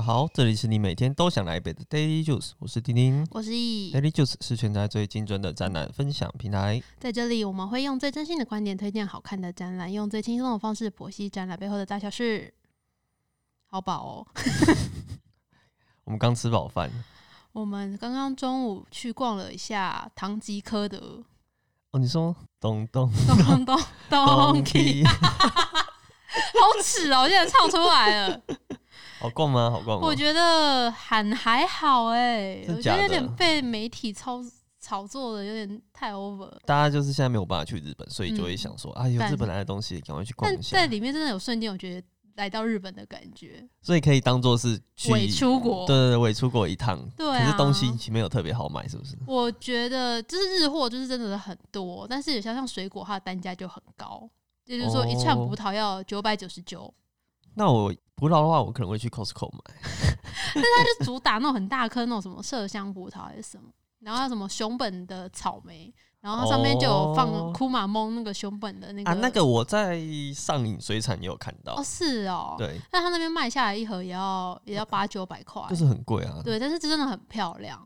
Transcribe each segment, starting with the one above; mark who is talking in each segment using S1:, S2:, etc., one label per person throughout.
S1: 好，这里是你每天都想来一杯的 Daily Juice，我是丁丁。
S2: 我是易，
S1: Daily Juice 是全台最精准的展览分享平台。
S2: 在这里我们会用最真心的观点推荐好看的展览，用最轻松的方式剖析展览背后的大小事。好饱哦！
S1: 我们刚吃饱饭
S2: 我们刚刚中午去逛了一下唐吉诃 德，
S1: 哦，你说咚咚
S2: 咚咚 咚咚
S1: 踢
S2: 咚，， 好耻哦！我现在唱出 来了，
S1: 好逛吗？好逛吗？
S2: 我觉得喊还好哎、
S1: 真
S2: 我觉
S1: 假的
S2: 得有点被媒体操炒作的有点太 over，了
S1: 大家就是现在没有办法去日本，所以就会
S2: 嗯
S1: 想说，啊，有
S2: 但
S1: 日本来的东西，赶快去逛
S2: 但
S1: 一下
S2: 在。里面真的有瞬间我觉得来到日本的感觉，
S1: 所以可以当做是去
S2: 伪出国
S1: 对对对，伪出国一趟。
S2: 对
S1: 可
S2: 啊
S1: 是东西其实没有特别好买，是不是？
S2: 我觉得就是日货就是真的很多，但是有些像水果，它的单价就很高，也就是说一串
S1: 哦
S2: 葡萄要九百九十九，
S1: 那我葡萄的话，我可能会去 Costco 买。
S2: 它就主打那种很大颗那种什么麝香葡萄还是什么，然后还有什么熊本的草莓，然后它上面就有
S1: 哦
S2: 放库马蒙那个熊本的那个
S1: 啊，那个我在上影水产也有看到
S2: 哦，是哦，
S1: 对，
S2: 那它那边卖下来一盒也要也要八九百块，
S1: 就是很哦贵啊。
S2: 对，但是这真的很漂亮，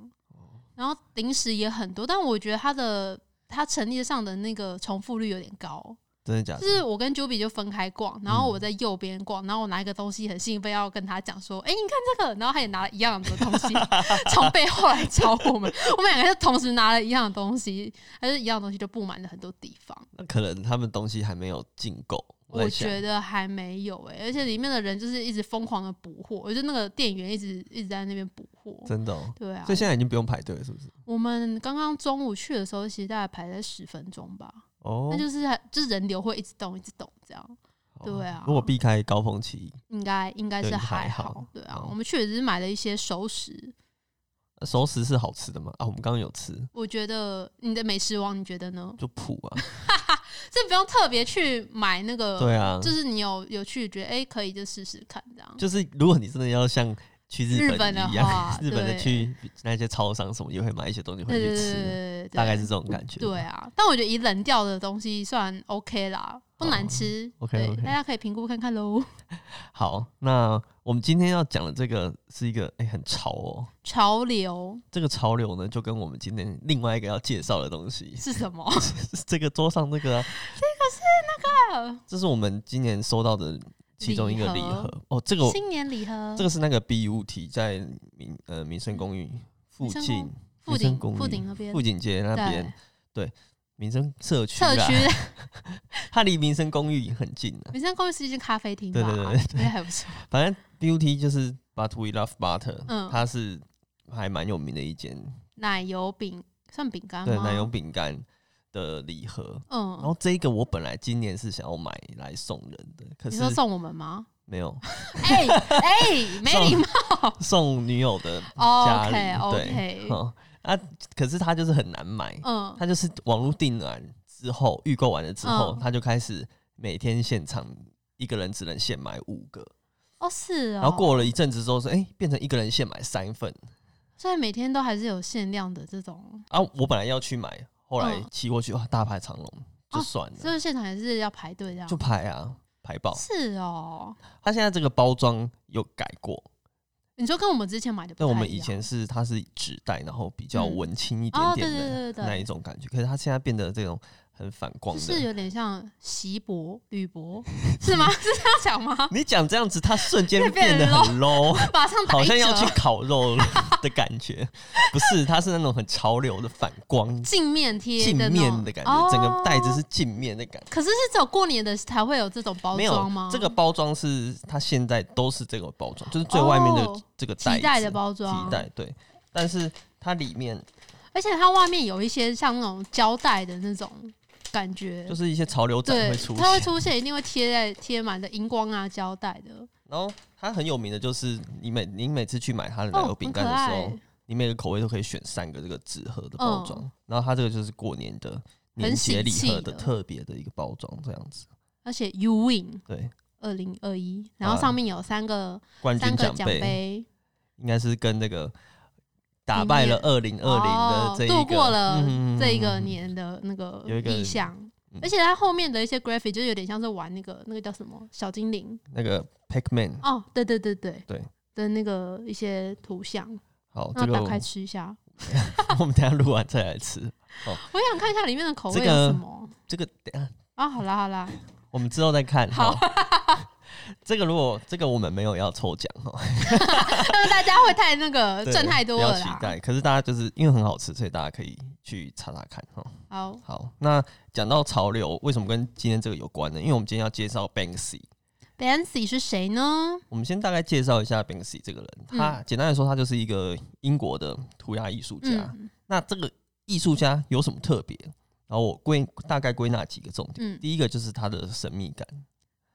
S2: 然后零食也很多，但我觉得它的它陈列上的那个重复率有点高。
S1: 真的假的？
S2: 就是我跟 Juby 就分开逛，然后我在右边逛，然后我拿一个东西很兴奋要跟他讲说，哎、你看这个，然后他也拿了一样的东 西从背后来找我们，我们两个就同时拿了一样的东西，还是一样的东西就布满了很多地方，
S1: 那可能他们东西还没有进购。
S2: 我
S1: 在想
S2: 觉得还没有哎、而且里面的人就是一直疯狂的补货，我觉得那个店员一直一直在那边补货，
S1: 真的、哦，
S2: 对啊
S1: 所以，现在已经不用排队了，是不是？
S2: 我们刚刚中午去的时候，其实大概排在十分钟吧，
S1: 哦
S2: 那，就是就是人流会一直动一直动这样。
S1: 好
S2: 对啊
S1: 哦如果避开高峰期，
S2: 应该应该
S1: 对
S2: 是
S1: 还
S2: 还
S1: 好
S2: 对啊
S1: 哦，
S2: 我们确实是买了一些熟食。
S1: 呃熟食是好吃的吗？啊，我们刚刚有吃，
S2: 我觉得你的美食王，你觉得呢？
S1: 就普啊，
S2: 这不用特别去买那个，
S1: 对啊，
S2: 就是你有有去觉得哎、诶可以就试试看这样。
S1: 就是如果你真的要像去日
S2: 日本的
S1: 一样
S2: 话，
S1: 日本的
S2: 对
S1: 去那些超商什么也会买一些东西回
S2: 对对
S1: 去
S2: 对
S1: 吃，
S2: 对对，
S1: 大概是这种感觉。
S2: 对啊。但我觉得以冷调的东西算 OK 啦，不难吃。
S1: 哦，OK，
S2: 对
S1: OK
S2: 大家可以评估看看喽。
S1: 好，那我们今天要讲的这个是一个哎、很潮哦，
S2: 潮流
S1: 这个潮流呢就跟我们今天另外一个要介绍的东西，
S2: 是什么？
S1: 是这个桌上这个、啊，这是我们今年收到的其中一个礼
S2: 礼
S1: 盒
S2: 盒
S1: 哦，这个我
S2: 新年礼盒，
S1: 这个是那个 B U T 在民呃民生公寓附
S2: 民生
S1: 近
S2: 富
S1: 民生
S2: 鼎
S1: 公寓
S2: 富鼎那边
S1: 富锦街那边
S2: 对
S1: 民生社区
S2: 社
S1: 啦
S2: 区，
S1: 它离民生公寓很近啊。
S2: 民生公寓是一间咖啡厅吧？
S1: 对对对
S2: 应该还不错。
S1: 反正 B U T 就是 But We Love Butter，、
S2: 嗯
S1: 它是还蛮有名的一间
S2: 奶油饼算饼干吗？
S1: 对奶油哦饼干的礼盒。然
S2: 嗯，
S1: 后这个我本来今年是想要买来送人的，可
S2: 你
S1: 是
S2: 说送我 们吗？
S1: 没有
S2: 哎哎，没礼貌。
S1: 送女友的家里。
S2: 哦 OK
S1: 对，
S2: OK，
S1: 嗯，啊，可是它就是很难买，
S2: 嗯，
S1: 它就是网络订完之后，预购完了之后，
S2: 嗯
S1: 它就开始每天现场一个人只能限买五个，
S2: 哦是哦，
S1: 然后过了一阵子之后说，哎、变成一个人限买三份
S2: 所以每天都还是有限量的这种，
S1: 啊，我本来要去买，后来
S2: 嗯哦
S1: 骑过去哇，大排长龙就算了，
S2: 所以现场还是要排队这
S1: 嗯
S2: 样
S1: 就。排啊排爆。
S2: 是哦，
S1: 它现在这个包装有改过，
S2: 你说跟我们之前买的不太
S1: 但
S2: 一
S1: 我
S2: 样，
S1: 们以前是它是纸袋，然后比较
S2: 嗯
S1: 文青一
S2: 哦
S1: 点
S2: 对
S1: 点
S2: 对
S1: 的
S2: 对对
S1: 那一种感觉，可是它现在变得这种很反光
S2: 就是
S1: 的。
S2: 有点像席箔、铝 箔，是吗？是这样讲吗？
S1: 你讲这样子，它瞬间变
S2: 变
S1: 得
S2: 得
S1: 很 low。
S2: 马上 打
S1: 好
S2: 一
S1: 像要去
S2: 折，
S1: 烤肉的感觉， 不是，它是那种很潮流的反光
S2: 镜面贴
S1: 镜
S2: 的那
S1: 面
S2: 种
S1: 的感觉，整个袋子。
S2: 哦
S1: 是镜面的感觉。
S2: 可是是只有过年的才会有这种包
S1: 没有
S2: 装吗？
S1: 这个包装是它现在都是这个包装，就是最外面的
S2: 哦
S1: 这个袋
S2: 脐
S1: 子
S2: 带的包装，
S1: 提袋对，但是它里面
S2: 而且它外面有一些像那种胶带的那种感觉，
S1: 就是一些潮流展
S2: 对
S1: 会出，
S2: 它会
S1: 现，
S2: 出现，一定会贴在贴满的荧光啊胶带的。
S1: 然后它很有名的就是你每你每次去买它的奶油饼干的
S2: 哦很
S1: 时
S2: 可爱
S1: 候，你每个口味都可以选三个这个纸盒的包装，然后它这个就是过年的年节礼盒
S2: 嗯很喜气
S1: 的
S2: 的
S1: 特别的一个包装这样子，
S2: 而且 U Win
S1: 对。
S2: 二零二一，然后上面有三个、
S1: 啊冠
S2: 三
S1: 军
S2: 个
S1: 奖
S2: 奖
S1: 杯，
S2: 杯，
S1: 应该是跟那个打败了二零二零的这一个、
S2: 哦、度过了
S1: 嗯
S2: 这一个，年的那个
S1: 有一个
S2: 意向。
S1: 嗯
S2: 而且它后面的一些 graphic 就有点像是玩那个那个叫什么小精灵
S1: 那个 Pac Man，
S2: 哦，对对对对
S1: 对，
S2: 的那个一些图像，
S1: 好，
S2: 那
S1: 这个
S2: 打
S1: 我
S2: 开吃一下。
S1: 我们 等一下录完再来吃。
S2: 我想看一下里面的口味
S1: 这
S2: 有
S1: 个
S2: 什么
S1: 这个等一下
S2: 啊？好啦好啦，
S1: 我们之后再看。
S2: 好
S1: 哦，这个如果这个我们没有要抽奖哦，
S2: 那大家会太那个
S1: 对
S2: 呃挣太多
S1: 不要
S2: 了
S1: 期
S2: 啦。
S1: 待。可是大家就是因为很好吃，所以大家可以去查查看哦。
S2: 好，
S1: 好，那讲到潮流，为什么跟今天这个有关呢？因为我们今天要介绍 Banksy。
S2: Banksy 是谁呢？
S1: 我们先大概介绍一下 Banksy 这个人。
S2: 嗯
S1: 他、简单来说，他就是一个英国的涂鸦艺术家。
S2: 嗯
S1: 那这个艺术家有什么特别？然后我归大概归纳几个重点。
S2: 嗯，
S1: 第一个就是他的神秘感，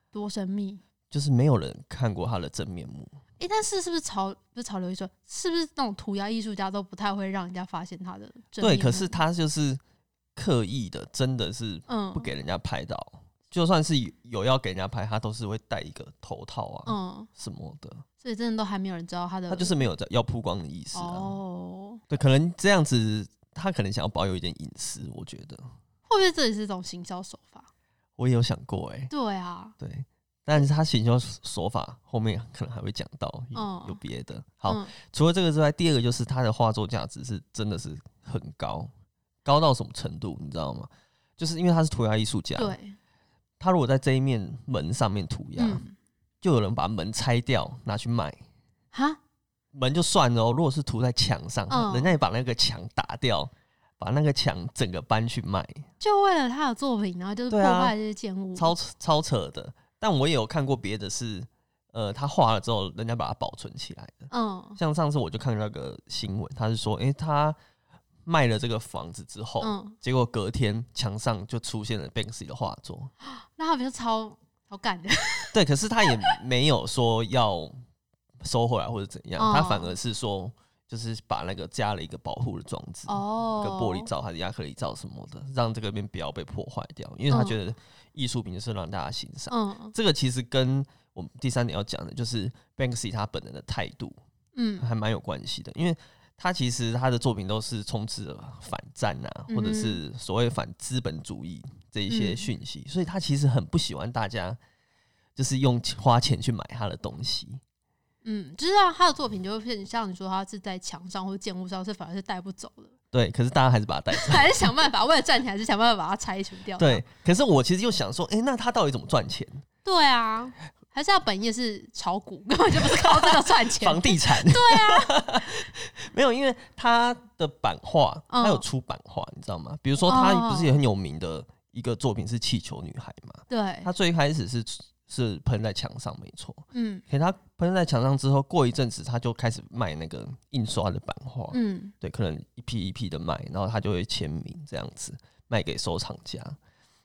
S2: 多神秘。
S1: 就是没有人看过他的真面目。
S2: 诶，但是是不是潮不是潮流艺术，是不是那种涂鸦艺术家都不太会让人家发现他的真
S1: 对，
S2: 面
S1: 可
S2: 目
S1: 是他就是刻意的，真的是
S2: 嗯
S1: 不给人家拍到。就算是有要给人家拍，他都是会戴一个头套啊、
S2: 嗯，
S1: 什么的，
S2: 所以真的都还没有人知道他的，
S1: 他就是没有在要曝光的意思啊。
S2: 哦，
S1: 对，可能这样子，他可能想要保有一点隐私，我觉得
S2: 会不会这也是一种行销手法？
S1: 我也有想过哎、
S2: 对啊，
S1: 对，但是他行销手法后面可能还会讲到有,、
S2: 嗯
S1: 有别的。好，
S2: 嗯
S1: 除了这个之外，第二个就是他的画作价值是真的是很高，高到什么程度，你知道吗？就是因为他是涂鸦艺术家，
S2: 对，
S1: 他如果在这一面门上面涂鸦，
S2: 嗯，
S1: 就有人把门拆掉拿去卖。
S2: 哈，
S1: 门就算了哦，如果是涂在墙上，
S2: 嗯
S1: 人家也把那个墙打掉，把那个墙整个搬去卖。
S2: 就为了他的作品，然后就是破
S1: 对啊
S2: 坏这些建物，
S1: 超超扯的。但我也有看过别的是，呃，他画了之后，人家把它保存起来的。
S2: 嗯
S1: 像上次我就看到个新闻，他是说，诶、他卖了这个房子之后，
S2: 嗯，
S1: 结果隔天墙上就出现了 Banksy 的画作。
S2: 那他不是超超干的？
S1: 对，可是他也没有说要收回来或者怎样，
S2: 哦
S1: 他反而是说，就是把那个加了一个保护的装置。
S2: 哦，
S1: 跟玻璃罩还是亚克力罩什么的，让这个边不要被破坏掉，因为他
S2: 嗯
S1: 觉得艺术品就是让大家欣赏。
S2: 嗯
S1: 这个其实跟我们第三点要讲的，就是 Banksy 他本人的态度
S2: 嗯
S1: 还蛮有关系的，因为他其实他的作品都是充斥了反战啊，或者是所谓反资本主义这一些
S2: 嗯
S1: 讯息，所以他其实很不喜欢大家就是用花钱去买他的东西。
S2: 嗯，就是让他的作品就会变像你说，他是在墙上或建物上，是反而是带不走的，
S1: 对，可是大家还是把它带走。
S2: 还是想办法为了站起来，还是想办法把它拆除掉。
S1: 对，可是我其实又想说，诶，那他到底怎么赚钱？
S2: 对啊，还是他本业是炒股，根本就不是靠这个赚钱。
S1: 房地产？对啊， 没有，因为他的版画，
S2: 嗯
S1: 他有出版画，你知道吗？比如说他不是也很有名的一个作品是《气球女孩》嘛，
S2: 对，
S1: 他最开始是是喷在墙上，没错。
S2: 嗯
S1: 可是他喷在墙上之后，过一阵子他就开始卖那个印刷的版画，
S2: 嗯，
S1: 对，可能一批一批的卖，然后他就会签名这样子卖给收藏家。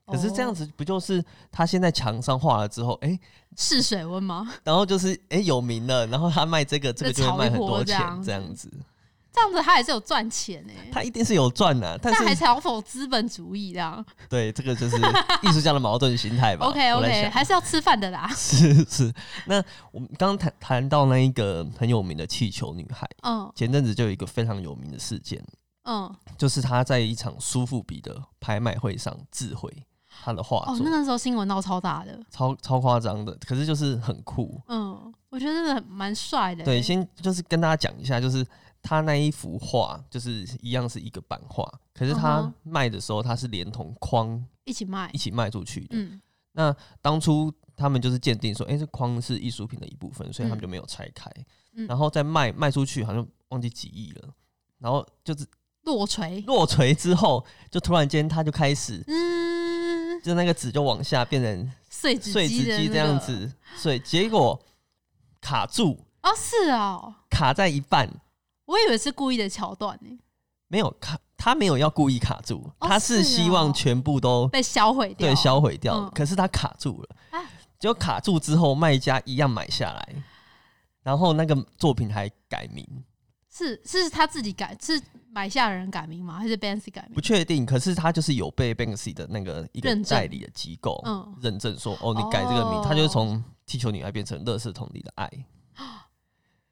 S1: 可是这样
S2: 子、
S1: 子不就是他先在墙上画了之后，哎、
S2: 试水温吗？
S1: 然后就是哎、有名了，然后他卖这个，这个就会卖很多
S2: 炒一波
S1: 钱，
S2: 这
S1: 这
S2: 样
S1: 样子，
S2: 这样子他还是有赚钱呢、
S1: 他一定是有赚呐、但
S2: 但还
S1: 是
S2: 嘲讽资本主义这样
S1: 对这个就是艺术家的矛盾心态吧。
S2: ，OK
S1: 我在
S2: OK，
S1: 想
S2: 还是要吃饭的啦。
S1: 是是。那我们刚刚谈谈到那一个很有名的气球女孩，
S2: 嗯
S1: 前阵子就有一个非常有名的事件，
S2: 嗯，
S1: 就是她在一场苏富比的拍卖会上自毁她的画
S2: 哦，
S1: 作，
S2: 那个时候新闻闹超大的，
S1: 超超夸张的，可是就是很酷。
S2: 嗯，我觉得真的很蛮帅的、欸
S1: 对，先就是跟大家讲一下，就是他那一幅画，就是一样是一个版画，可是
S2: 嗯
S1: 他
S2: 哼
S1: 卖的时候，他是连同框
S2: 一起卖
S1: 一，起卖出去的。
S2: 嗯
S1: 当初他们就是鉴定说，哎、这框是艺术品的一部分，所以他们
S2: 嗯
S1: 就没有拆开，
S2: 嗯
S1: 然后再卖卖出去，好像忘记几亿了。然后就是
S2: 落锤，
S1: 落锤之后，就突然间他就开始，
S2: 嗯，
S1: 就那个纸就往下变成
S2: 碎纸
S1: 碎纸
S2: 的、
S1: 机这样，子，所以结果卡住，
S2: 哦，是哦，
S1: 卡在一半，
S2: 我以为是故意的桥段呢、
S1: 没有卡，他没有要故意卡住，
S2: 哦
S1: 他是
S2: 是
S1: 希
S2: 哦
S1: 望全部都
S2: 被销毁掉，
S1: 对销毁掉了
S2: 嗯
S1: 可是他卡住了
S2: 啊，
S1: 结果卡住之后，卖家一样买下来，然后那个作品还改名，
S2: 是是他自己改，是买下的人改名吗？还是 Banksy 改
S1: 不
S2: 名？
S1: 确定，可是他就是有被 Banksy 的那个一个
S2: 认证
S1: 代理的机构
S2: 嗯
S1: 认证说，哦，你改这个名，
S2: 哦
S1: 他就从踢球女孩变成乐色桶里的爱，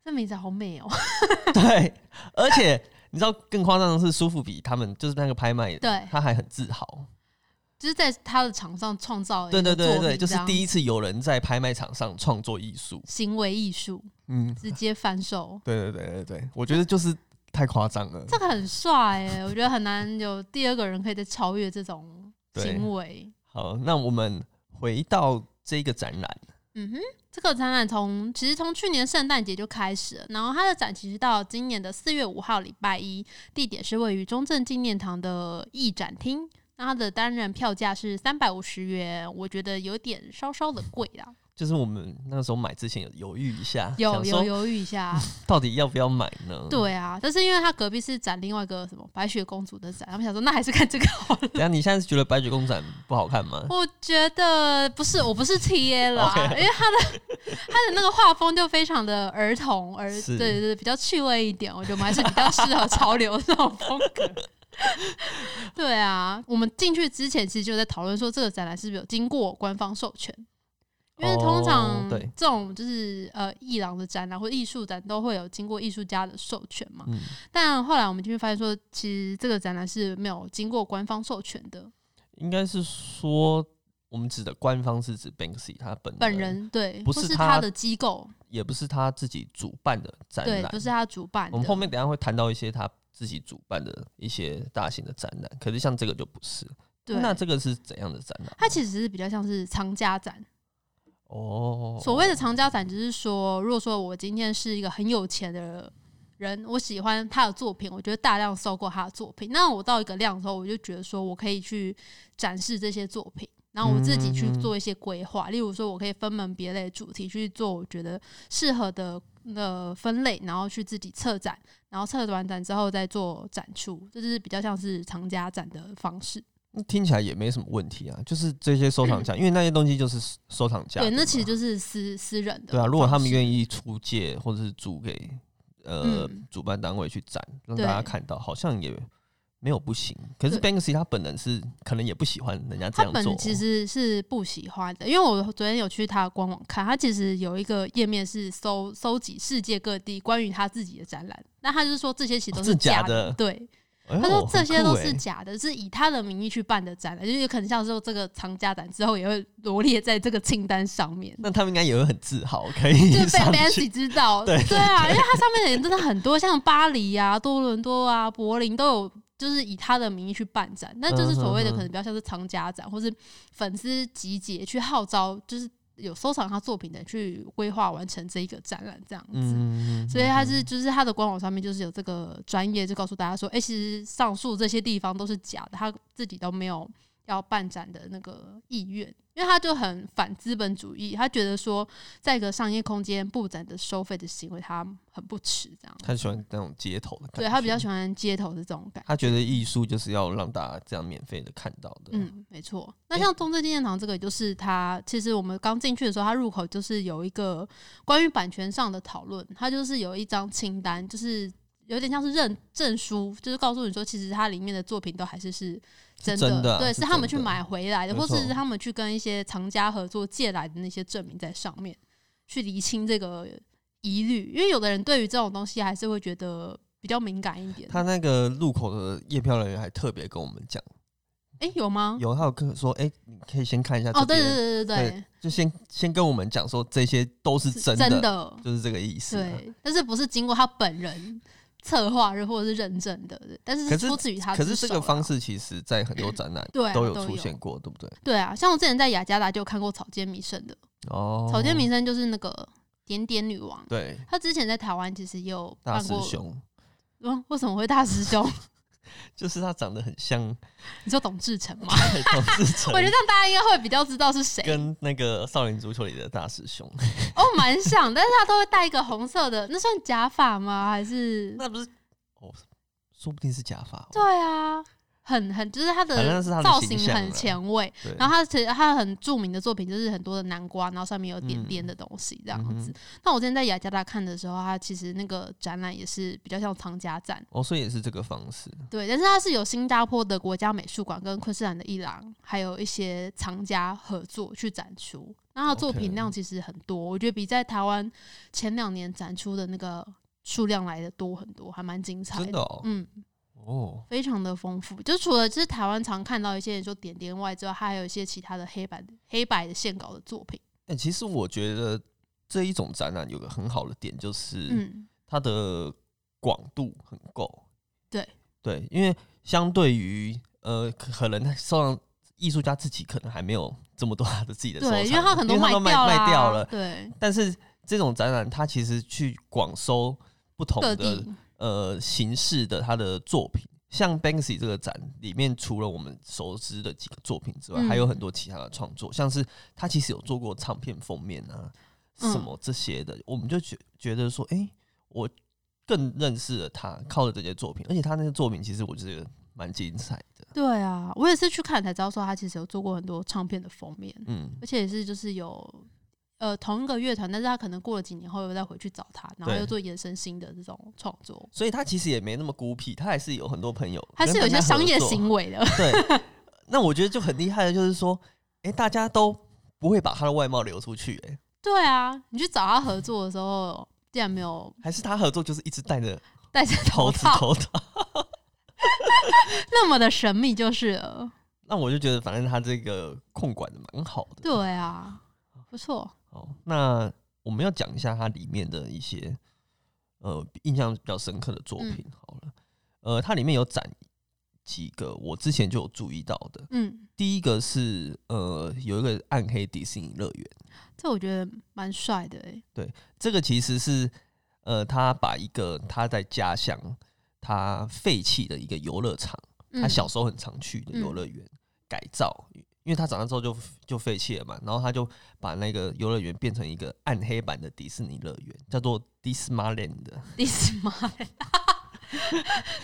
S2: 这名字好美哦、
S1: 对，而且你知道更夸张的是，苏富比他们就是那个拍卖，
S2: 对，
S1: 他还很自豪，
S2: 就是在他的场上创造一
S1: 对
S2: 个
S1: 对对
S2: 作
S1: 对，
S2: 品
S1: 就是
S2: 这样
S1: 第一次有人在拍卖场上创作艺术，
S2: 行为艺术，
S1: 嗯，
S2: 直接反手，
S1: 对对对对对，我觉得就是太夸张了。
S2: 这个很帅哎、我觉得很难有第二个人可以再超越这种
S1: 对，
S2: 行为。
S1: 好，那我们回到这个展览，
S2: 嗯哼，这个展览从其实从去年圣诞节就开始了，然后它的展其实到今年的四月五号礼拜一，地点是位于中正纪念堂的义展厅。那它的单人票价是三百五十元，我觉得有点稍稍的贵啦，
S1: 就是我们那时候买之前有犹豫一下，
S2: 有
S1: 想
S2: 有
S1: 说
S2: 犹豫 一下。
S1: 到底要不要买呢？，
S2: 对啊，但是因为它隔壁是展另外一个什么白雪公主的展，他们想说那还是看这个好了。
S1: 等下你现在是觉得白雪公主不好看吗？
S2: 我觉得不是，我不是 T A 啦
S1: OK
S2: 因为他的 他的那个画风就非常的儿童，而
S1: 是
S2: 对对对，比较趣味一点，我觉得我们还是比较适合潮流这种风格。 对啊，我们进去之前其实就在讨论说这个展览是不是有经过官方授权，因为通常
S1: 哦对
S2: 这种就是呃艺廊的展览或艺术展都会有经过艺术家的授权嘛。
S1: 嗯，
S2: 但后来我们进去发现说，其实这个展览是没有经过官方授权的，
S1: 应该是说我们指的官方是指 Banksy 他本
S2: 本人对，
S1: 呃不
S2: 或
S1: 是
S2: 是
S1: 他
S2: 的机构
S1: 也不是他自己主办的展
S2: 对，
S1: 览
S2: 不。是他主办的。
S1: 我们后面等一下会谈到一些他自己主办的一些大型的展览，可是像这个就不是。
S2: 对，
S1: 那这个是怎样的展览？
S2: 它其实是比较像是藏家展。
S1: 哦，
S2: 所谓的藏家展，就是说，如果说我今天是一个很有钱的人，我喜欢他的作品，我觉得大量收购他的作品，那我到一个量的时候，我就觉得说我可以去展示这些作品。然后我自己去
S1: 嗯
S2: 做一些规划，例如说，我可以分门别类主题去做我觉得适合的呃分类，然后去自己策展，然后策完展之后再做展出，这就是比较像是藏家展的方式。
S1: 那听起来也没什么问题啊，就是这些收藏家，因为那些东西就是收收藏家的
S2: 对，
S1: 嘛。
S2: 那其实就是私私人的方式。
S1: 对啊，如果他们愿意出借或者是租给呃、
S2: 嗯
S1: 主办单位去展，让大
S2: 对
S1: 家看到，好像也没有不行。可是
S2: 对
S1: Banksy 他本人是可能也不喜欢人家这
S2: 他
S1: 样
S2: 本
S1: 做，哦
S2: 人其实是不喜欢的，因为我昨天有去他的官网看，他其实有一个页面是搜搜集世界各地关于他自己的展览，那他就是说这些其
S1: 哦
S2: 实都
S1: 是
S2: 是
S1: 假
S2: 假
S1: 的
S2: 对，
S1: 哎呦
S2: 他说这些都
S1: 很
S2: 是
S1: 酷
S2: 假的，是以他的名义去办的展览，就是有可能像说这个藏家展之后也会罗列在这个清单上面。
S1: 那他们应该也会很自豪，可以
S2: 就是被
S1: 上
S2: Banksy
S1: 去。
S2: 知 道，
S1: 对
S2: 对啊，因为它上面的人真的很多，像巴黎啊、多伦多啊、柏林都有，就是以他的名义去办展，那就是所谓的
S1: 嗯哼哼
S2: 可能比较像是藏家展，或是粉丝集结去号召，就是有收藏他作品的人去规划完成这一个展览这样子。
S1: 嗯，
S2: 所以他是，就是他的官网上面就是有这个专业，就告诉大家说，哎、其实上述这些地方都是假的，他自己都没有要办展的那个意愿，因为他就很反资本主义，他觉得说，在一个商业空间布展的收费的行为，他很不耻这样。
S1: 他喜欢那种街头的感觉，
S2: 对他比较喜欢街头的这种感觉。
S1: 他觉得艺术就是要让大家这样免费的看到的。
S2: 嗯，没错。那
S1: 诶
S2: 像中正纪念堂这个，就是它其实我们刚进去的时候，它入口就是有一个关于版权上的讨论，它就是有一张清单，就是有点像是认证书，就是告诉你说，其实它里面的作品都还是是真的，
S1: 真的啊
S2: 对，
S1: 是
S2: 是他们去
S1: 真的
S2: 买回来的，
S1: 没
S2: 或
S1: 错
S2: 是他们去跟一些藏家合作借来的那些证明在上面，去厘清这个疑虑，因为有的人对于这种东西还是会觉得比较敏感一点。
S1: 他那个入口的验票人员还特别跟我们讲，
S2: 诶，有吗？
S1: 有他有跟我说，哎、你可以先看一下
S2: 嗯哦，
S1: 这
S2: 对
S1: 边，
S2: 对对对对
S1: 对就先先跟我们讲说这些都是
S2: 是
S1: 真的，
S2: 真的
S1: 就是这个意思、啊。
S2: 对，但是不是经过他本人策划或者是认证的，但是
S1: 可
S2: 是
S1: 是
S2: 出自于他
S1: 可
S2: 之
S1: 是这个
S2: 手
S1: 方
S2: 啦
S1: 式其实在很多展 览
S2: 对啊
S1: 都有
S2: 都
S1: 出
S2: 有
S1: 现过，对不对？
S2: 对啊，像我之前在雅加达就有看过草间弥生的，
S1: 哦，
S2: 草间弥生就是那个点点女王，
S1: 对
S2: 她之前在台湾其实也有
S1: 大
S2: 办
S1: 师
S2: 过，
S1: 兄，
S2: 嗯，为什么会大师兄？
S1: 就是他长得很像
S2: 你说董志成吗？
S1: 董志成
S2: 我觉得这样大家应该会比较知道是谁，
S1: 跟那个少林足球里的大师 兄，
S2: 哦，蛮像，但是他都会戴一个红色的，那算假发吗？还是
S1: 那不是哦，说不定是假发哦、
S2: 对啊，很很就是他
S1: 反正
S2: 的
S1: 是他的
S2: 造
S1: 形
S2: 型
S1: 象
S2: 很
S1: 啦
S2: 前卫，
S1: 对，
S2: 然后他其实他很著名的作品就是很多的南瓜，然后上面有点
S1: 嗯
S2: 点的东西这
S1: 嗯
S2: 样
S1: 哼
S2: 子。那我之前在雅加达看的时候，它其实那个展览也是比较像藏家展，
S1: 哦，所以也是这个方式，
S2: 对，但是它是有新加坡的国家美术馆跟昆士兰的艺廊，还有一些藏家合作去展出。那它的作
S1: OK
S2: 品量其实很多，我觉得比在台湾前两年展出的那个数量来的多很多，还蛮精彩
S1: 真的哦，
S2: 嗯，
S1: 哦，
S2: 非常的丰富。就除了就是台湾常看到一些人说点点外之外，它还有一些其他的黑白黑白的线稿的作品。
S1: 哎、其实我觉得这一种展览有个很好的点，就是
S2: 嗯，
S1: 它的广度很够。
S2: 对
S1: 对，因为相对于呃，可可能像艺术家自己可能还没有这么多他的自己的收藏，
S2: 对，因为他很多
S1: 因为
S2: 卖
S1: 都卖
S2: 掉
S1: 卖掉
S2: 了，
S1: 了。
S2: 对，
S1: 但是这种展览，它其实去广收不同
S2: 各
S1: 的
S2: 地
S1: 呃形式的他的作品，像 Banksy 这个展里面，除了我们熟知的几个作品之外，
S2: 嗯
S1: 还有很多其他的创作，像是他其实有做过唱片封面啊，
S2: 嗯
S1: 什么这些的，我们就觉觉得说，诶，我更认识了他，靠着这些作品，而且他那些作品其实我觉得蛮精彩的，
S2: 对啊，我也是去看才知道说他其实有做过很多唱片的封面，
S1: 嗯，
S2: 而且也是就是有呃同一个乐团，但是他可能过了几年后又再回去找他，然后
S1: 对
S2: 又做延伸新的这种创作，
S1: 所以他其实也没那么孤僻，他还是有很多朋友，
S2: 还是有一些商业
S1: 为。
S2: 行为的，
S1: 对，那我觉得就很厉害的，就是说，哎、大家都不会把他的外貌流出去、哎，
S2: 对啊，你去找他合作的时候，竟然没有
S1: 还是他合作就是一直戴着
S2: 戴着
S1: 头
S2: 头
S1: 子
S2: 套，
S1: 头套。
S2: 那么的神秘就是了。
S1: 那我就觉得，反正他这个控管的蛮好的。
S2: 对啊，
S1: 哦
S2: 不错，
S1: 好，那我们要讲一下它里面的一些呃印象比较深刻的作
S2: 嗯
S1: 品好了。呃，它里面有展几个我之前就有注意到的，
S2: 嗯，
S1: 第一个是呃有一个暗黑迪士尼乐园。
S2: 这我觉得蛮帅的欸诶、
S1: 这个其实是呃，他把一个他在家乡他废弃的一个游乐场，
S2: 嗯
S1: 他小时候很常去的游乐园改造，因为他长大之后就就废弃了嘛，然后他就把那个游乐园变成一个暗黑版的迪士尼乐园，叫做 Disneyland 的，
S2: 迪斯马，欸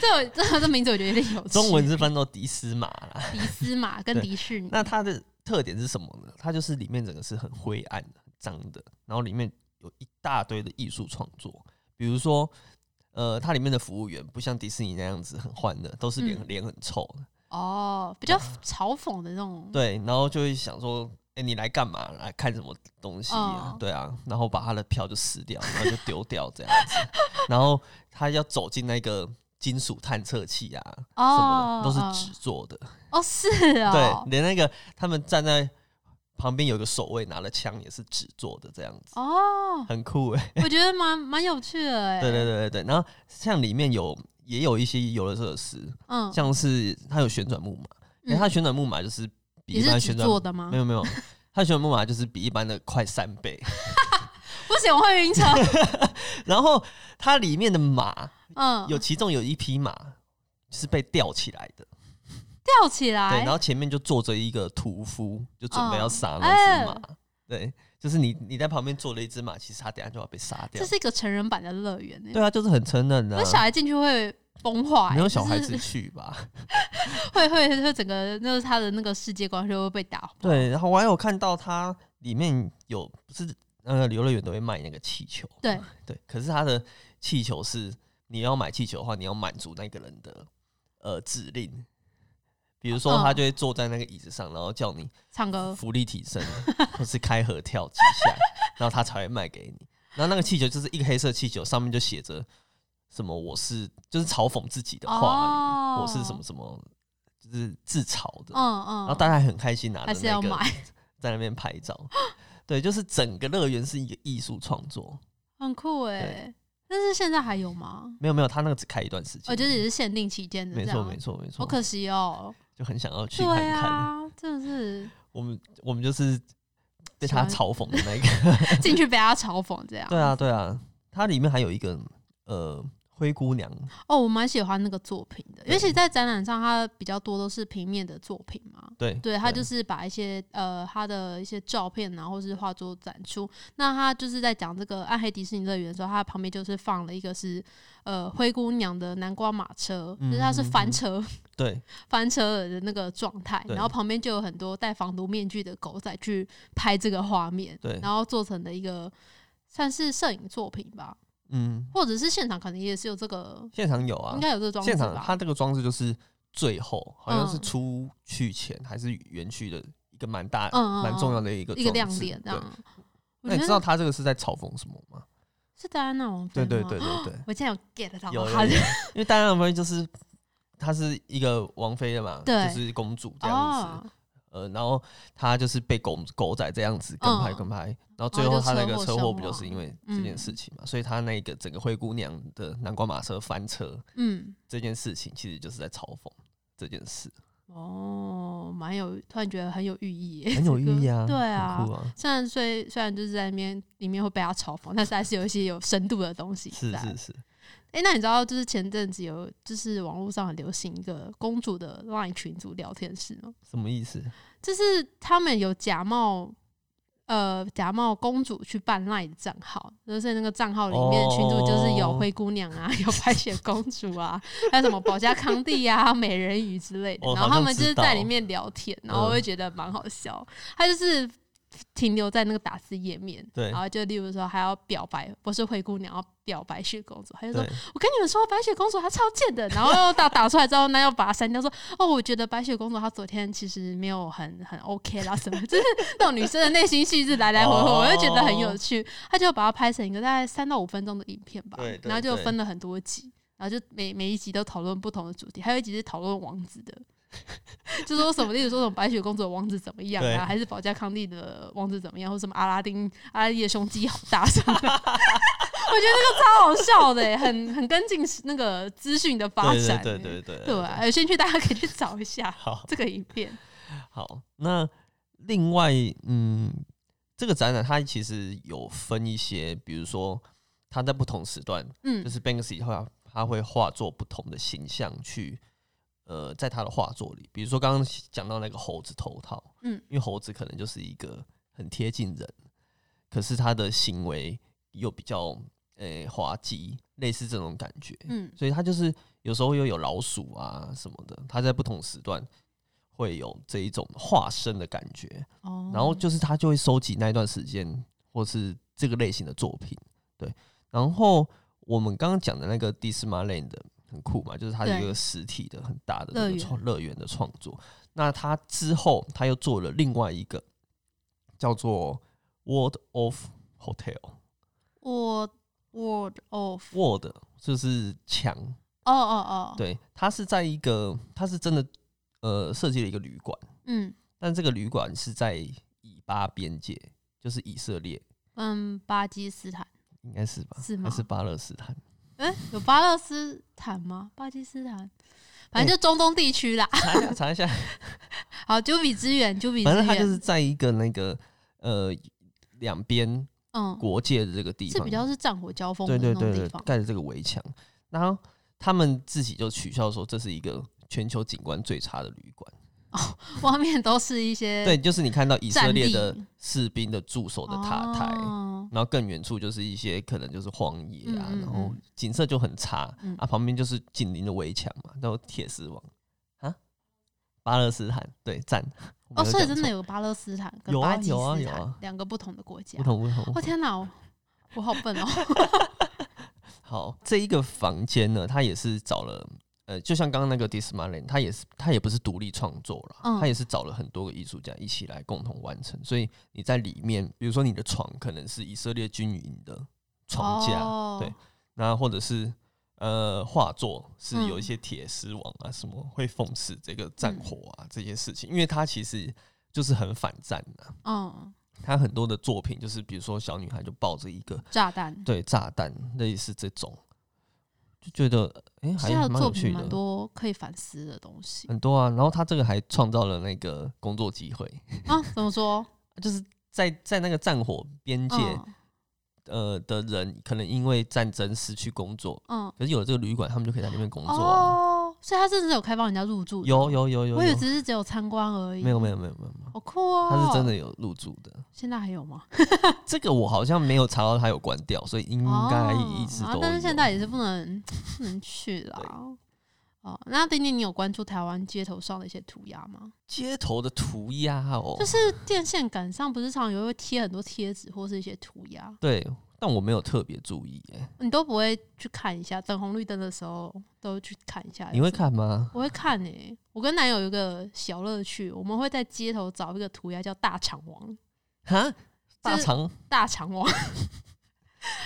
S2: 这我这这名字我觉得有点有趣。
S1: 中文是翻作迪斯马啦。
S2: 迪斯马跟
S1: 对
S2: 迪士尼，
S1: 那它的特点是什么呢？它就是里面整个是很灰暗的、很脏的，然后里面有一大堆的艺术创作，比如说，呃，它里面的服务员不像迪士尼那样子很欢乐，都是脸
S2: 嗯
S1: 脸很臭的，
S2: 哦，比较嘲讽的那种，
S1: 对，然后就会想说，哎、你来干嘛？来看什么东西、啊
S2: 哦
S1: 对啊，然后把他的票就撕掉，然后就丢掉这样子，然后他要走进那个。金属探测器啊，什么
S2: 哦
S1: 的，都是
S2: 嗯
S1: 纸做的，
S2: 哦，是
S1: 对，
S2: 哦，
S1: 连那个他们站在旁边有个守卫拿了枪，也是纸做的，这样子
S2: 哦，
S1: 很酷哎、
S2: 我觉得蛮蛮有趣的欸诶、
S1: 对对对对对，然后像里面有也有一些游乐设施，
S2: 嗯，
S1: 像是它有旋转木马，因为
S2: 嗯
S1: 它旋转木马就是比
S2: 你
S1: 一
S2: 是
S1: 般
S2: 纸
S1: 旋转
S2: 做的吗
S1: 没？有没 有，它旋转木马就是比一般的快三倍。
S2: 不行，我会 晕车。
S1: 然后它里面的马
S2: 嗯，
S1: 有其中有一匹马就是被吊起来的，
S2: 吊起
S1: 对，
S2: 来
S1: 然，后前面就坐着一个屠夫，就准备要
S2: 嗯
S1: 杀那
S2: 哎
S1: 只马，对。就是你，你在旁边坐了一只马，其实它等一下就要被杀掉
S2: 这。是一个成人版的乐园诶、
S1: 对啊，就是很成人的、
S2: 那小
S1: 啊，
S2: 孩进去会崩坏、欸
S1: 没有小孩
S2: 就
S1: 子
S2: 是嗯
S1: 去吧？
S2: 会会会整个就是他的那个世界观就会被打坏。
S1: 对，然后我还有看到它里面有不是呃游乐园都会卖那个气球，
S2: 对
S1: 对，可是它的气球是你要买气球的话，你要满足那个人的呃指令。比如说，他
S2: 嗯
S1: 就会坐在那个椅子上，然后叫你
S2: 唱歌
S1: 浮力挺身，或是开合跳几下，然后他才会卖给你。然后那个气球就是一个黑色气球，上面就写着什么“我是”，就是嘲讽自己的话语。我是什么？什么，就是自嘲的，
S2: 哦嗯嗯，
S1: 然后大家还很开心拿着
S2: 还是
S1: 那
S2: 要
S1: 个
S2: 买，
S1: 在那边拍照，对，就是整个乐园是一个艺术创作，
S2: 很酷哎、但是现在还有吗？
S1: 没有没有，他那个只开一段时间，
S2: 我觉得哦也是限定期间的，
S1: 没错没，错没
S2: 好
S1: 错，
S2: 可惜哦、
S1: 就很想要去
S2: 对
S1: 看看，
S2: 啊，真的是
S1: 我们我们就是被
S2: 喜
S1: 他
S2: 欢
S1: 嘲讽的那一个，
S2: 进去被他嘲讽这 样。
S1: 对啊对啊，它里面还有一个呃灰姑娘，
S2: 哦，我蛮喜欢那个作品的，
S1: 对
S2: 尤其在展览上，它比较多都是平面的作品嘛。
S1: 对
S2: 对他就是把一些呃他的一些照片啊，或是画作展出。那他就是在讲这个暗黑迪士尼乐园的时候，他旁边就是放了一个是呃灰姑娘的南瓜马车，就是它
S1: 嗯
S2: 是翻车、
S1: 对
S2: 翻车的那个状态，
S1: 对
S2: 然后旁边就有很多戴防毒面具的狗仔去拍这个画面，
S1: 对，
S2: 然后做成的一个算是摄影作品吧，
S1: 嗯，
S2: 或者是现场可能也是有这个，
S1: 现场有啊
S2: 应，该有这个装置
S1: 现场它
S2: 吧。
S1: 这个装置就是最后好像是
S2: 嗯
S1: 出去前、还是园区的一个蛮大、
S2: 嗯嗯
S1: 蛮、重要的一个
S2: 一个
S1: 装
S2: 亮
S1: 置
S2: 点，这
S1: 对，
S2: 样。我
S1: 那
S2: 觉
S1: 你知道
S2: 得
S1: 他这个是在嘲讽什么吗？
S2: 是戴安娜王
S1: 对
S2: 妃
S1: 对
S2: 吗
S1: 对，对对，
S2: 我竟然有 get 到
S1: 有有
S2: 他
S1: 有，
S2: 的
S1: 因为戴安娜王妃就是她是一个王妃的嘛，
S2: 对哦
S1: 就是公主这样子。呃，然后他就是被狗狗仔这样子跟拍
S2: 嗯
S1: 跟拍，然后
S2: 然
S1: 最
S2: 后
S1: 后
S2: 就
S1: 他那
S2: 车
S1: 个
S2: 祸
S1: 车
S2: 身
S1: 祸不就
S2: 亡
S1: 是因为这件
S2: 嗯
S1: 事情嘛？所以他那个整个灰姑娘的南瓜马车翻车
S2: 嗯，
S1: 这件事情，其实就是在嘲讽这件 事，
S2: 哦，蛮有，突然觉得很有寓意耶，
S1: 很有寓意啊，
S2: 对
S1: 很酷
S2: 啊。
S1: 啊，
S2: 虽然虽虽然就是在那边里面会被他嘲讽，但是还是有一些有深度的东西
S1: 是
S2: 在。
S1: 是是，
S2: 哎、那你知道就是前阵子有就是网络上很流行一个公主的 LINE 群组聊天室吗？
S1: 什么意思？
S2: 就是他们有假冒呃假冒公主去办 LINE 的账号，就是那个账号里面群主就是有
S1: 哦
S2: 灰姑娘啊， 有白雪公主啊， 还有什么保加康帝啊、美人鱼之类的。
S1: 我
S2: 然后
S1: 好
S2: 他
S1: 像
S2: 们就
S1: 知
S2: 是
S1: 道
S2: 在里面聊天，然后我会觉得蛮好笑。他就是。停留在那个打字页面，
S1: 对
S2: 然后就例如说还要表白，不是灰姑娘，要表白雪公主，他就说
S1: 对，
S2: 我跟你们说，白雪公主她超贱的。然后又打打出来之后，那又把它删掉，说哦，我觉得白雪公主她昨天其实没有很很 OK 啦，什么，就是那种女生的内心戏是来来回回，
S1: 哦
S2: 我就觉得很有趣。他就把它拍成一个大概三到五分钟的影片吧
S1: 对，对
S2: 然后就
S1: 对
S2: 分了很多集，然后就每每一集都讨论不同的主题，还有一集是讨论王子的。 就说什么，例如说什么白雪公主的王子怎么样
S1: 对
S2: 啊，还是保加康帝的王子怎么样，或什么阿拉丁阿拉丁的啊胸肌好大什么的，我觉得那个超好笑的耶，欸很很跟进那个资讯的发
S1: 对
S2: 展耶，
S1: 对对对对
S2: 对啊，有兴趣大家可以去找一下
S1: 好
S2: 这个影片。
S1: 好，那另外，嗯，这个展览它其实有分一些，比如说它在不同时段，
S2: 嗯
S1: 就是 Banksy 会他会画作不同的形象去，呃，在他的画作里，比如说刚刚讲到那个猴子头套，
S2: 嗯，
S1: 因为猴子可能就是一个很贴近人，可是他的行为又比较呃滑稽，类似这种感觉，
S2: 嗯
S1: 所以它就是有时候又有老鼠啊什么的，它在不同时段会有这一种化身的感觉，
S2: 哦
S1: 然后就是它就会收集那一段时间或是这个类型的作品，对。然后我们刚刚讲的那个 Disneyland 的很酷嘛，就是它有一
S2: 对
S1: 个实体的很大的这个
S2: 乐园
S1: 创乐园的创作。那它之后他又做了另外一个叫做 World of Hotel，World
S2: Word Word of
S1: 就是墙。
S2: 哦哦哦，，
S1: 对，它是在一个，它是真的，呃，设计了一个旅馆，
S2: 嗯
S1: 但这个旅馆是在以巴边界，就是以色列，
S2: 嗯，巴基斯坦，
S1: 应该是吧？
S2: 是吗
S1: 还是巴勒斯坦？
S2: 哎、有巴勒斯坦吗？巴基斯坦，反
S1: 哦
S2: 正就中东地区啦。
S1: 查一下，查一下，
S2: 好，九比之远，九比之
S1: 反正它就是
S2: 远，
S1: 在一个那个呃两边
S2: 嗯，
S1: 国界的这个地
S2: 是
S1: 方，
S2: 比较是战火交锋的
S1: 对对
S2: 那种
S1: 对
S2: 地
S1: 对
S2: 方，。
S1: 盖着这个围墙，然后他们自己就取笑说这是一个全球景观最差的旅馆。
S2: 外面都是一些
S1: 对，就是你看到以色
S2: 战
S1: 列
S2: 地
S1: 的士兵的驻守的塔台，
S2: 哦
S1: 然后更远处就是一些可能就是荒野啊，
S2: 嗯嗯
S1: 然后
S2: 嗯
S1: 景色就很差、
S2: 嗯
S1: 啊，旁边就是紧邻的围墙嘛，然后铁丝网啊，巴勒斯坦对赞
S2: 哦，所以真的
S1: 有
S2: 有巴勒斯坦跟
S1: 有啊
S2: 巴基斯
S1: 有啊
S2: 坦
S1: 有啊
S2: 两个不同的国家
S1: 不。同不同。不
S2: 我、
S1: 同
S2: 天哪，我我好 笨哦！
S1: 好，这一个房间呢，它也是找了呃，就像刚刚那个 Dismaland，它也是它也不是独立创作了，
S2: 嗯
S1: 它也是找了很多个艺术家一起来共同完成。所以你在里面，比如说你的床可能是以色列军营的床架，
S2: 哦
S1: 对那或者是呃画作是
S2: 嗯
S1: 有一些铁丝网啊，什么会讽刺这个战火啊、这些事情，因为他其实就是很反战的、
S2: 嗯，
S1: 他很多的作品就是比如说小女孩就抱着一个
S2: 炸弹，
S1: 对炸弹，类似这种，就觉得哎、诶
S2: 其
S1: 还
S2: 实他的
S1: 蛮
S2: 作
S1: 有
S2: 品
S1: 趣
S2: 蛮
S1: 的。
S2: 多可以反思的东 西
S1: 很多啊，然后他这个还创造了那个工作机会，
S2: 啊。怎么说？
S1: 就是在在那个战火边界，
S2: 嗯
S1: 呃的人可能因为战争失去工作，
S2: 嗯
S1: 可是有了这个旅馆，他们就可以在那边工作啊。
S2: 哦，所以他真的是有开放人家入住的。
S1: 有有有有，
S2: 我以为
S1: 有
S2: 只是只有参观而已。
S1: 没有没有没有没有没有，
S2: 好酷哦！
S1: 它是真，的有入住的。
S2: 现在还有吗？
S1: 这个我好像没有查到它有关掉，所以应该
S2: 哦
S1: 一直
S2: 啊
S1: 都有。
S2: 但是现在也是不能不能去啦。哦，那丁丁，你有关注台湾街头上的一些涂鸦吗？
S1: 街头的涂鸦哦
S2: 就，是电线杆上不是常有会贴很多贴纸或是一些涂鸦，
S1: 对，但我没有特别注意耶。
S2: 你都不会去看一下，等红绿灯的时候都去看一下。
S1: 你会？看吗？
S2: 我会看诶、我跟男友有一个小乐趣，我们会在街头找一个涂鸦叫大肠王，
S1: 哈，大肠
S2: 大肠王。它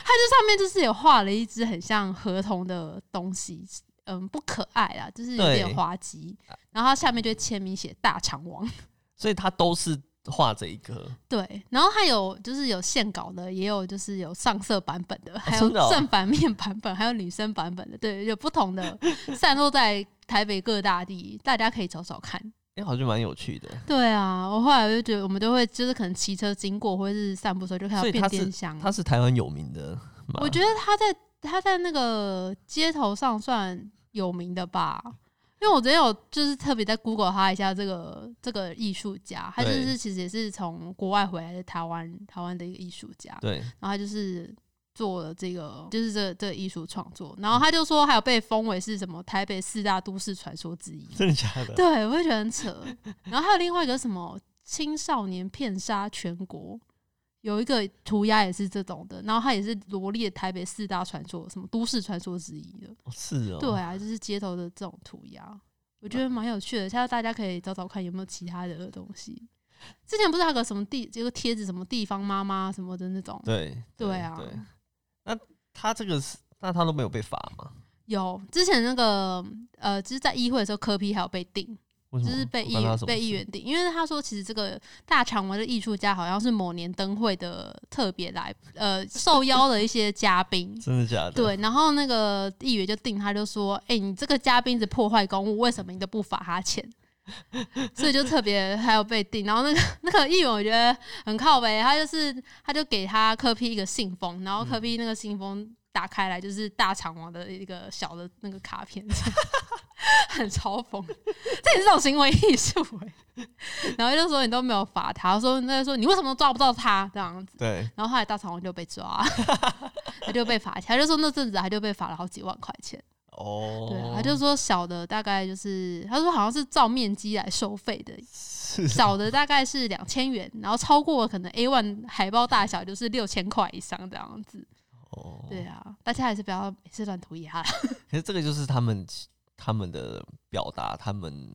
S2: 这上面就是有画了一只很像河童的东西，嗯，不可爱啦，就是有
S1: 对
S2: 点滑稽。然后它下面就签名写“大肠王”，
S1: 所以他都是画这一颗，
S2: 对，然后还有就是有线稿的，也有就是有上色版本的，还有
S1: 真的哦
S2: 正反面版本，还有女生版本的，对，有不 同的散落在台北各大地，大家可以找找看。
S1: 哎、好像蛮有趣的。
S2: 对啊，我后来就觉得我们都会就是可能骑车经过或者是散步的时候就看到
S1: 所以
S2: 变
S1: 它是
S2: 电箱。
S1: 他是台湾有名的吗？
S2: 嗯我觉得他在他在那个街头上算有名的吧，因为我昨天有就是特别在 Google 他一下这个这个艺术家，他就
S1: 对
S2: 是其实也是从国外回来的台湾台湾的一个艺术家，
S1: 对，
S2: 然后他就是做了这个就是这这个艺术创作，然后他就说还有被封为是什么台北四大都市传说之一，
S1: 真的假的？
S2: 对，我会觉得很扯。然后还有另外一个什么青少年骗杀全国，有一个涂鸦也是这种的，然后它也是罗列台北四大传说，什么都市传说之一的。
S1: 哦是哦，
S2: 对啊，就是街头的这种涂鸦，我觉得蛮有趣的。下次大家可以找找看有没有其他的东西。之前不是还有个什么地，有个贴纸什么地方妈妈什么的那种，
S1: 对
S2: 对啊，
S1: 对，那他这个是，那他都没有被罚吗？
S2: 有之前那个呃，就是在议会的时候，柯批还有被定。
S1: 为什
S2: 就
S1: 么
S2: 是被
S1: 我
S2: 议
S1: 关他
S2: 员
S1: 什么
S2: 被议
S1: 事，
S2: 员定，因为他说其实这个大肠文的艺术家好像是某年灯会的特别来呃受邀的一些嘉宾
S1: 真的假的？
S2: 对，然后那个议员就定他就说，哎、你这个嘉宾是破坏公务，为什么你都不罚他钱？ 所以就特别还有被定，然后那个 那个议员我觉得很靠北，他就是他就给他柯批一个信封，然后柯批那个信封打开来就是大肠王的一个小的那个卡片， 很嘲讽，这也是种行为艺术欸然后就说你都没有罚他，说那就说你为什么抓不到他这样子。
S1: 对，
S2: 然后后来大肠王就被抓， 他就被罚钱，他就说那阵子他就被罚了好几万块钱。
S1: 哦，
S2: 对啊，他就说小的大概就是，他说好像是照面积来收费的，
S1: 是哦
S2: 小的大概是两千元，然后超过可能 A one 海报大小就是六千块以上这样子。
S1: 哦，
S2: 对啊，大家还是不要每次乱涂鸦啦。
S1: 可是这个就是他们他们的表达，他们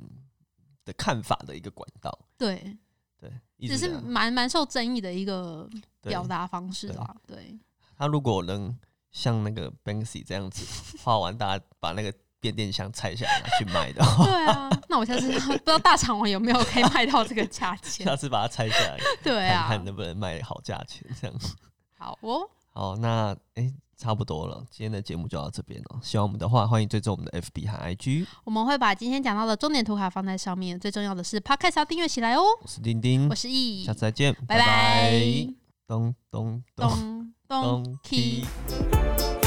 S1: 的看法的一个管道，
S2: 对，
S1: 对，一
S2: 只
S1: 直
S2: 是
S1: 这样
S2: 蛮蛮受争议的一个
S1: 对啊
S2: 表达方式啦。对，
S1: 他如果能像那个 Banksy 这样子画完，大家把那个变电箱拆下来拿去卖的话，
S2: 对啊，那我下次 不知道大肠王有没有可以卖到这个价钱
S1: 下？次把它拆下来，
S2: 对
S1: 看
S2: 啊
S1: 看，能不能卖好价钱。这样
S2: 好哦。
S1: 好，那哎、诶差不多了，今天的节目就到这边了。喜欢我们的话，欢迎追踪我们的 FB 和 IG。
S2: 我们会把今天讲到的重点图卡放在上面，最重要的是 Podcast 要订阅起来哦。
S1: 我是丁丁
S2: 我，是 E 易
S1: 嗯下，次再见，
S2: 拜拜。
S1: 咚咚咚
S2: 咚
S1: 咚
S2: 咚 key。
S1: k